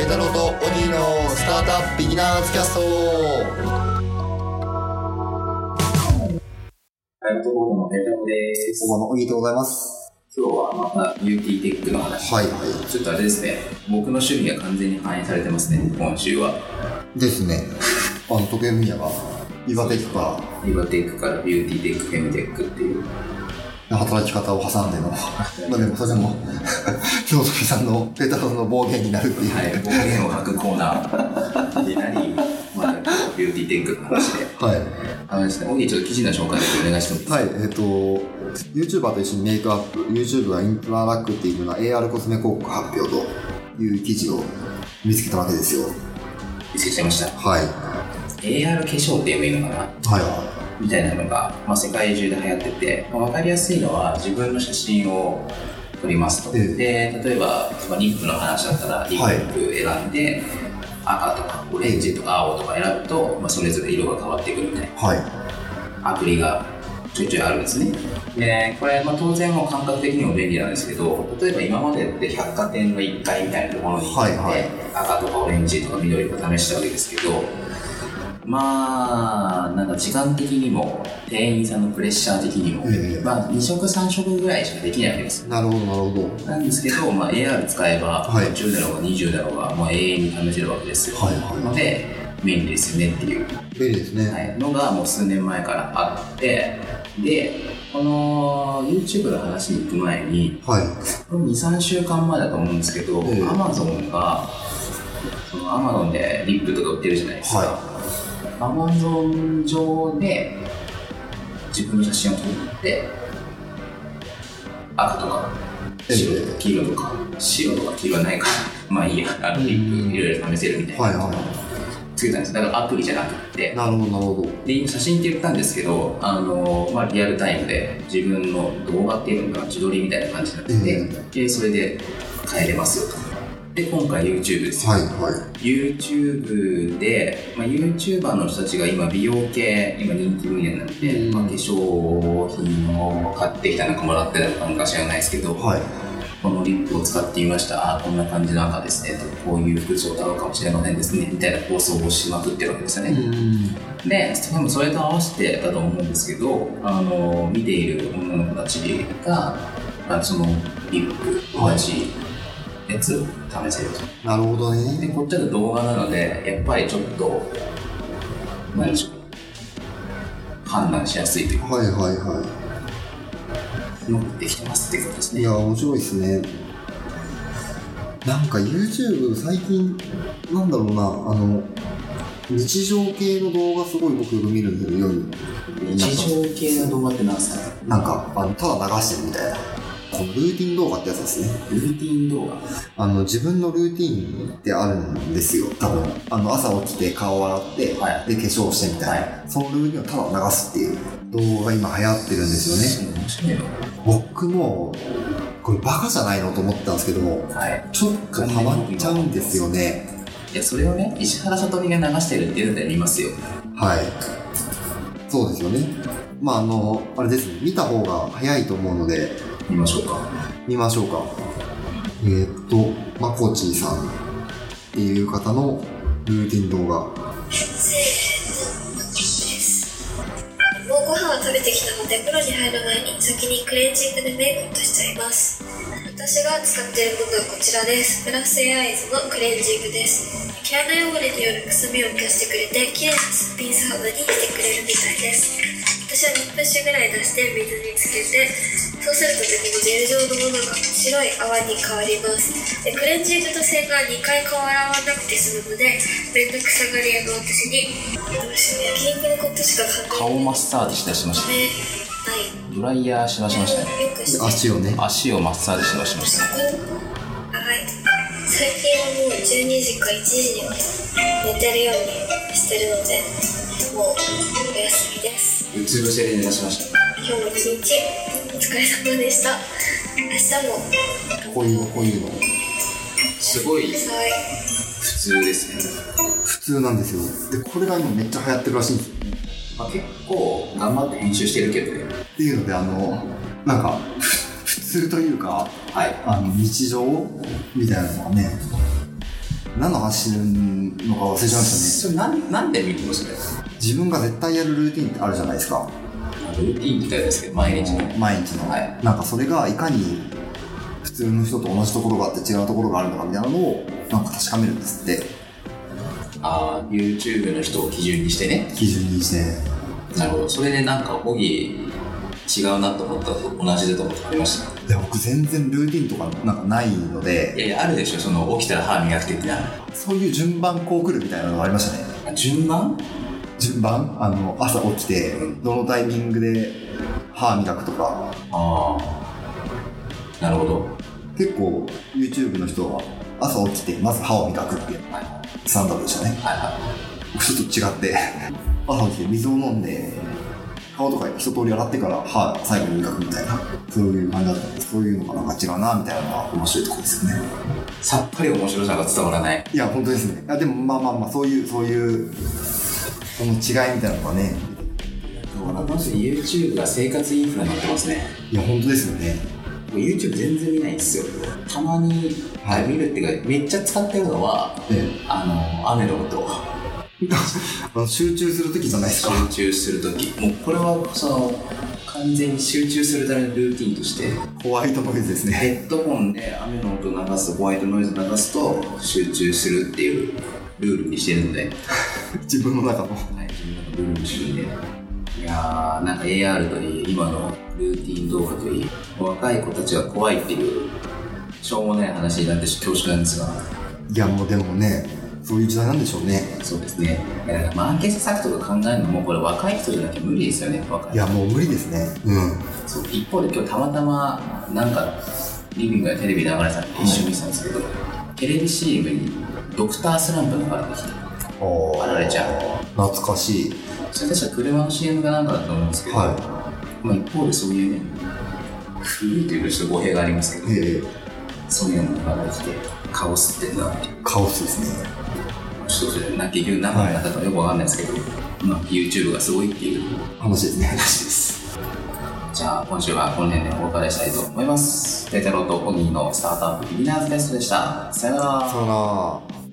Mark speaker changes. Speaker 1: イ太郎とオギーのスタートアップビギナーズキャスト
Speaker 2: ライトボードのネタオで
Speaker 1: こ
Speaker 2: す。
Speaker 1: んばんは、オギーでございます。
Speaker 2: 今日はまた UT テックの話。
Speaker 1: はいは
Speaker 2: ちょっとあれですね、僕の趣味が完全に反映されてますね、今週は。
Speaker 1: い。です ね。あの、徳山が、岩手区か
Speaker 2: リバテックからビューティーテック、フェムテックっていう。
Speaker 1: ら働き方を挟ん での。まあでも、それも、 ひょうときさんの、ペタロの暴言になるっていう。
Speaker 2: はい、暴言を吐くコーナーでなり、またビューティーテックの話で。
Speaker 1: はい。
Speaker 2: あのですね、オギーちょっと記事の紹介だけお願いしてもいいですか
Speaker 1: はい、えっ、と、YouTuber と一緒にメイクアップ、YouTube がイントララックっていうような AR コスメ広告発表という記事を見つけたわけですよ。
Speaker 2: 見つけちゃいました。
Speaker 1: はい。
Speaker 2: AR 化粧っていうのかな
Speaker 1: はいはい。
Speaker 2: みたいなのが、まあ、世界中で流行ってて、まあ、分かりやすいのは自分の写真を撮りますと、
Speaker 1: え
Speaker 2: で例えば、まあ、リップの話だったらリップ選んで、赤とかオレンジとか青とか選ぶと、まあ、それぞれ色が変わってくるみたい
Speaker 1: はい。
Speaker 2: なアプリがちょいちょいあるんですねでこれ、まあ、当然もう感覚的にも便利なんですけど例えば今までって百貨店の1階みたいなところに行って、
Speaker 1: はいはい
Speaker 2: 赤とかオレンジとか緑とか試したわけですけどまあなんか時間的にも店員さんのプレッシャー的にも、
Speaker 1: ええ
Speaker 2: まあ、2色3色ぐらいしかできないわけですよ
Speaker 1: なるほど、なるほど。
Speaker 2: なんですけど、まあ、AR 使えば、
Speaker 1: はい
Speaker 2: 10だろうが20だろうが、もう永遠に試せるわけですよ、
Speaker 1: はいはい
Speaker 2: ので便利ですよねっていう
Speaker 1: 便利ですね。
Speaker 2: はい、のがもう数年前からあってでこの YouTube の話に行く前に
Speaker 1: はい。
Speaker 2: 23週間前だと思うんですけど、
Speaker 1: ええ
Speaker 2: Amazon がその Amazon でリップとか売ってるじゃないですか、
Speaker 1: は
Speaker 2: Amazon 上で自分の写真を撮って赤とか
Speaker 1: ええ
Speaker 2: 白とか黄色とか白とか黄色はないからまあいいやあのリップいろいろ試せるみたい
Speaker 1: い。
Speaker 2: な、
Speaker 1: はいは
Speaker 2: 作ったんですだからアプリじゃなくて
Speaker 1: い。なるほど、なるほど。
Speaker 2: で今写真って言ったんですけどあの、まあ、リアルタイムで自分の動画っていうのが自撮りみたいな感じになってて、
Speaker 1: う
Speaker 2: でそれで変えれますよとで今回 YouTube ですよ、
Speaker 1: はいは
Speaker 2: YouTube で、まあ、YouTuber の人たちが今美容系今人気分野なんで、
Speaker 1: うん
Speaker 2: まあ、化粧品を買ってきたのかもらってたのかなんか知らないですけど、
Speaker 1: い。はい。
Speaker 2: このリップを使ってみましたあーこんな感じの赤ですねとこういう服装だろうかもしれませんですねみたいな放送をしまくってるわけですよね、
Speaker 1: うん。
Speaker 2: で多分それと合わせてだと思うんですけどあの見ている女の子たちが、まあ、そのリップ同じやつを試せると、
Speaker 1: なるほど
Speaker 2: で
Speaker 1: ね。
Speaker 2: こっちだと動画なのでやっぱりちょっと何でしょう判断しやすいというか
Speaker 1: はいはいは
Speaker 2: 乗ってきてますっていうことです
Speaker 1: い。い
Speaker 2: ね
Speaker 1: や、面白いですね。なんか YouTube 最近、なんだろうな、あの、日常系の動画すごい僕よく見るんですよ、夜に。
Speaker 2: 日常系の動画って何ですか
Speaker 1: なんか、あのただ流してるみたいな。このルーティン動画ってやつですね。
Speaker 2: ルーティン動画
Speaker 1: あの自分のルーティーンってあるんですよ多分あの朝起きて顔を洗って、
Speaker 2: は
Speaker 1: で化粧してみたいな、そのルーティンをただ流すっていう動画が今流行ってるんですよね
Speaker 2: ね面白いの
Speaker 1: 僕もこれバカじゃないのと思ってたんですけども
Speaker 2: はい
Speaker 1: ちょっとハマっちゃうんですよね
Speaker 2: いやそれをね石原さとみが流してるっていうので見ますよ
Speaker 1: はいそうですよねまああのあれですね見た方が早いと思うので
Speaker 2: 見ましょうか
Speaker 1: 見ましょうかえーっとまこちーさんっていう方のルーティン動画
Speaker 3: é もうご飯を食べてきたので風呂に入る前に先にクレンジングでメイクアップしちゃいます私が使っているものはこちらですプラスエアイズのクレンジングです毛穴汚れによるくすみを消してくれて綺麗なすっぴんサウナにしてくれるみたいです私は2プッシュぐらい出して水につけてそうすると時にジェル状のものが白い泡に変わりますでクレンジングと洗顔2回顔を洗わなくて済むので面倒くさがり屋の私にどうしよう焼肉のことしか考
Speaker 2: 顔
Speaker 3: えない
Speaker 2: マッサージしだしました
Speaker 3: はい。
Speaker 2: ドライヤーしだしましたね
Speaker 3: よくして。
Speaker 1: 足をね
Speaker 2: 足をマッサージしだしましたね
Speaker 3: はい。最近はもう12時か1時には寝てるようにしてるので、もうお休みです。
Speaker 2: うつ伏せで出しました
Speaker 3: 今日も一日お疲れ様でした。明日も。
Speaker 1: こういうのこういうの
Speaker 2: すごい
Speaker 3: はい。
Speaker 2: 普通ですね、
Speaker 1: 普通なんですよでこれが今めっちゃ流行ってるらしいんですよ
Speaker 2: まあ、結構頑張って編集してるけどね
Speaker 1: っていうのであのなんかふ普通というか
Speaker 2: はい
Speaker 1: あの日常みたいなのがね何の話してるのか忘れちゃいましたね
Speaker 2: それなんなんで見るのそれ
Speaker 1: 自分が絶対やるルーティンってあるじゃないですか
Speaker 2: まあルーティンみたいですけど毎日の
Speaker 1: 毎日の、
Speaker 2: はい
Speaker 1: なんかそれがいかに普通の人と同じところがあって違うところがあるのかみたいなのをなんか確かめるんですって
Speaker 2: あー YouTube の人を基準にしてね
Speaker 1: 基準にして
Speaker 2: なるほどそれでなんかオギ違うなと思ったのと同じだと思ったのありました
Speaker 1: いや僕全然ルーティンとかなんかないの
Speaker 2: い
Speaker 1: で
Speaker 2: やいやあるでしょその起きたら歯磨く的な
Speaker 1: そういう順番こう来るみたいなのがありましたね
Speaker 2: 順番
Speaker 1: 順番あの朝起きてどのタイミングで歯磨くとか
Speaker 2: ああなるほど
Speaker 1: 結構 YouTube の人は朝起きてまず歯を磨くって
Speaker 2: はい
Speaker 1: スタンダードでしたね
Speaker 2: はいは
Speaker 1: 僕ちょっと違って 朝起きて水を飲んで顔とか一通り洗ってから歯最後に磨くみたいなそういう感じだったんですそういうのがなんか違うなみたいなのが面白いところですよね
Speaker 2: いさっぱり面白さが伝わらない
Speaker 1: いや本当ですねいやでもまあまあまあそういうそういうその違いみたいなのがね
Speaker 2: このまず YouTube が生活インフラになってますね
Speaker 1: いや本当ですよね
Speaker 2: YouTube 全然見ないんですよたまに、
Speaker 1: はい
Speaker 2: 見るっていうかめっちゃ使ってるのは
Speaker 1: え
Speaker 2: あの雨のこと
Speaker 1: えあの集中する時じゃないですか
Speaker 2: 集中するときもうこれはその完全に集中するためのルーティンとして
Speaker 1: ホワイトノイズですね
Speaker 2: ヘッドホンで雨の音を流すホワイトノイズ流すと集中するっていうルールにしてるので
Speaker 1: 自分の中の
Speaker 2: はい、自分の部分主義で。いやー、なんか AR といい、今のルーティン動画といい、若い子たちが怖いっていう、しょうもない話になって恐縮なんですが、
Speaker 1: いやもうでもねそういう時代なんでしょうね
Speaker 2: そうですね。いやだからマーケット策とか考えるのも、これ若い人じゃなきゃ無理ですよね、若い
Speaker 1: いやもう無理ですねう
Speaker 2: そう一方で今日たまたま、なんか、リビングやテレビ流れてたんで一瞬見てたんですけど、テレビ CM にドクタースランプが流れてきて、
Speaker 1: んお
Speaker 2: あられちゃう。
Speaker 1: 懐かしい
Speaker 2: それ確か車の CM かなんかだと思うんですけど、
Speaker 1: は
Speaker 2: まあ、一方でそういうね、古いというとちょっと語弊がありますけど、
Speaker 1: ええ
Speaker 2: そういうのが出てきて、顔吸ってんなって、
Speaker 1: カオスですね
Speaker 2: ちょっとそれ、なんか言う中の方かよくわかんないですけど、まあ、YouTube がすごいっていう
Speaker 1: 話ですね
Speaker 2: 話です。じゃあ、今週はこの辺でお別れしたいと思います。ペテロとオギーのスタートアップビギナーズテストでした。さよなら。
Speaker 1: さよなら